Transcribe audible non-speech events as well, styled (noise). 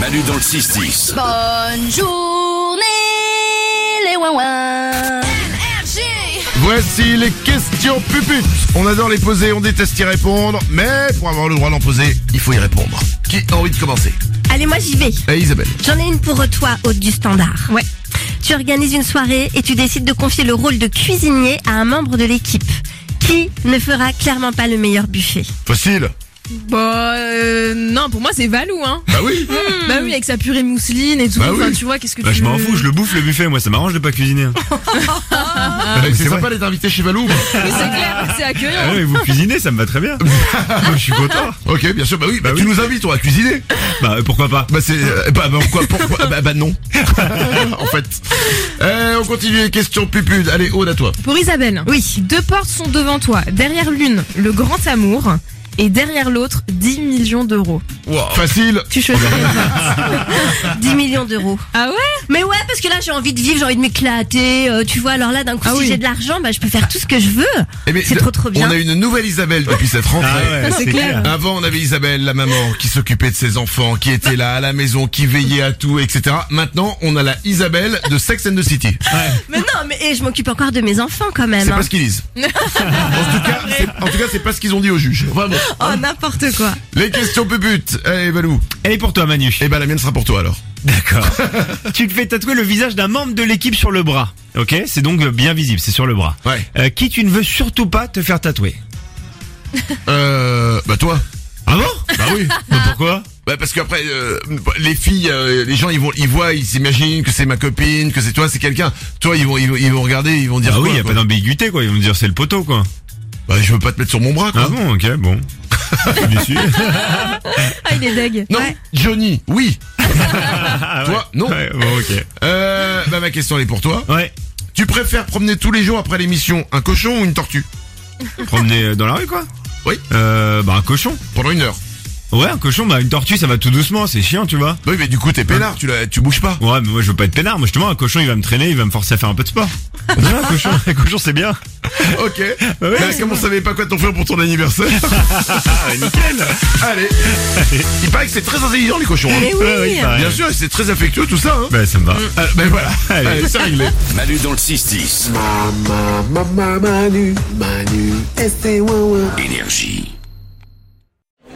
Manu dans le 6-10. Bonne journée, les ouin-ouin. Voici les questions puputes. On adore les poser, on déteste y répondre, mais pour avoir le droit d'en poser, il faut y répondre. Qui a envie de commencer Allez, moi j'y vais. Eh Isabelle. J'en ai une pour toi, hôte du standard. Ouais. Tu organises une soirée et tu décides de confier le rôle de cuisinier à un membre de l'équipe. Qui ne fera clairement pas le meilleur buffet Facile. Bon, euh, non, pour moi c'est Valou, hein. Bah (laughs) oui. Bah oui, avec sa purée mousseline et tout. Bah oui. Enfin, tu vois, qu'est-ce que Bah tu je m'en fous, je le bouffe le buffet, moi ça m'arrange de pas (laughs) cuisiner. hein. Eh, c'est Ah, sympa d'être invité chez (laughs) Valou. Oui, c'est clair, c'est accueillant. Ah non, mais vous cuisinez, ça me va très bien. bah, je suis content. (laughs) ok, bien sûr. Bah oui. Bah, Bah tu oui. nous invites, on va cuisiner. Bah euh, pourquoi pas Bah c'est. euh, Bah, bah, pourquoi, pourquoi bah, bah non. (laughs) en fait. Eh, on continue les questions puputes. Allez, Aude à toi. Pour Isabelle. Oui. Deux portes sont devant toi. Derrière l'une, le grand amour. Et derrière l'autre, 10 millions d'euros. Facile. Tu choisis. 10 millions d'euros. ah ouais Mais ouais, parce que là j'ai envie de vivre, j'ai envie de m'éclater. euh, tu vois, alors là d'un coup, Ah si oui. j'ai de l'argent, bah, je peux faire tout ce que je veux. Eh, mais C'est de- trop, trop bien. On a une nouvelle Isabelle depuis cette rentrée. Ah ouais, c'est clair. Avant, on avait Isabelle, la maman, qui s'occupait de ses enfants, qui était là à la maison, qui veillait à tout, etc. Maintenant, on a la Isabelle de Sex and the City. Ah Mais non, mais et je m'occupe encore de mes enfants quand C'est même. hein. pas ce qu'ils (laughs) disent. en tout cas, c'est- en tout cas, c'est pas ce qu'ils ont dit au juge. Enfin bon. Oh, n'importe quoi. Les questions puputes. Allez, Valou. Elle est pour toi Manu. Eh ben, la mienne sera pour toi alors. D'accord. tu te fais tatouer le visage d'un membre de l'équipe sur le bras. Ok, c'est donc euh, bien visible, c'est sur le bras. Ouais. Euh, qui tu ne veux surtout pas te faire tatouer Euh, bah toi. Ah bon Bah (laughs) oui. Mais Pourquoi Bah parce qu'après euh, les filles, euh, les gens ils vont, ils voient, ils s'imaginent que c'est ma copine, que c'est toi, c'est quelqu'un. Toi ils vont, ils vont, ils vont regarder, ils vont dire Ah oui, quoi, y a quoi. pas d'ambiguïté quoi, ils vont me dire c'est le poteau quoi. Bah je veux pas te mettre sur mon bras. Quoi. Ah bon, ok, (laughs) bon. Je suis déçu. Ah, il est deg. non, Johnny, oui. Ah Toi, non. (laughs) Ouais, bon, ok. Euh, bah ma question elle est pour toi. Ouais. Tu préfères promener tous les jours après l'émission un cochon ou une tortue Promener euh, dans la rue quoi Oui. Euh, bah un cochon. pendant une heure Ouais, un cochon, bah une tortue ça va tout doucement, c'est chiant tu vois. Bah oui mais du coup t'es peinard, tu, la- tu bouges pas. Ouais, mais moi je veux pas être peinard. Moi justement, un cochon il va me traîner, il va me forcer à faire un peu de sport. (laughs) Ouais, un cochon, un cochon c'est bien. Ok. Bah ouais, Bah, c'est comme on savait pas quoi t'offrir pour ton (laughs) anniversaire. Nickel. Allez. Il paraît que c'est très intelligent les cochons. hein. Ouais, Eh oui, pareil. Bien sûr, c'est très affectueux tout ça. Hein. Bah ça me va. Euh, ben voilà, Allez. Allez, c'est réglé. Manu dans le 6-10. Mama, mama, Manu, Manu, este wawa. Énergie.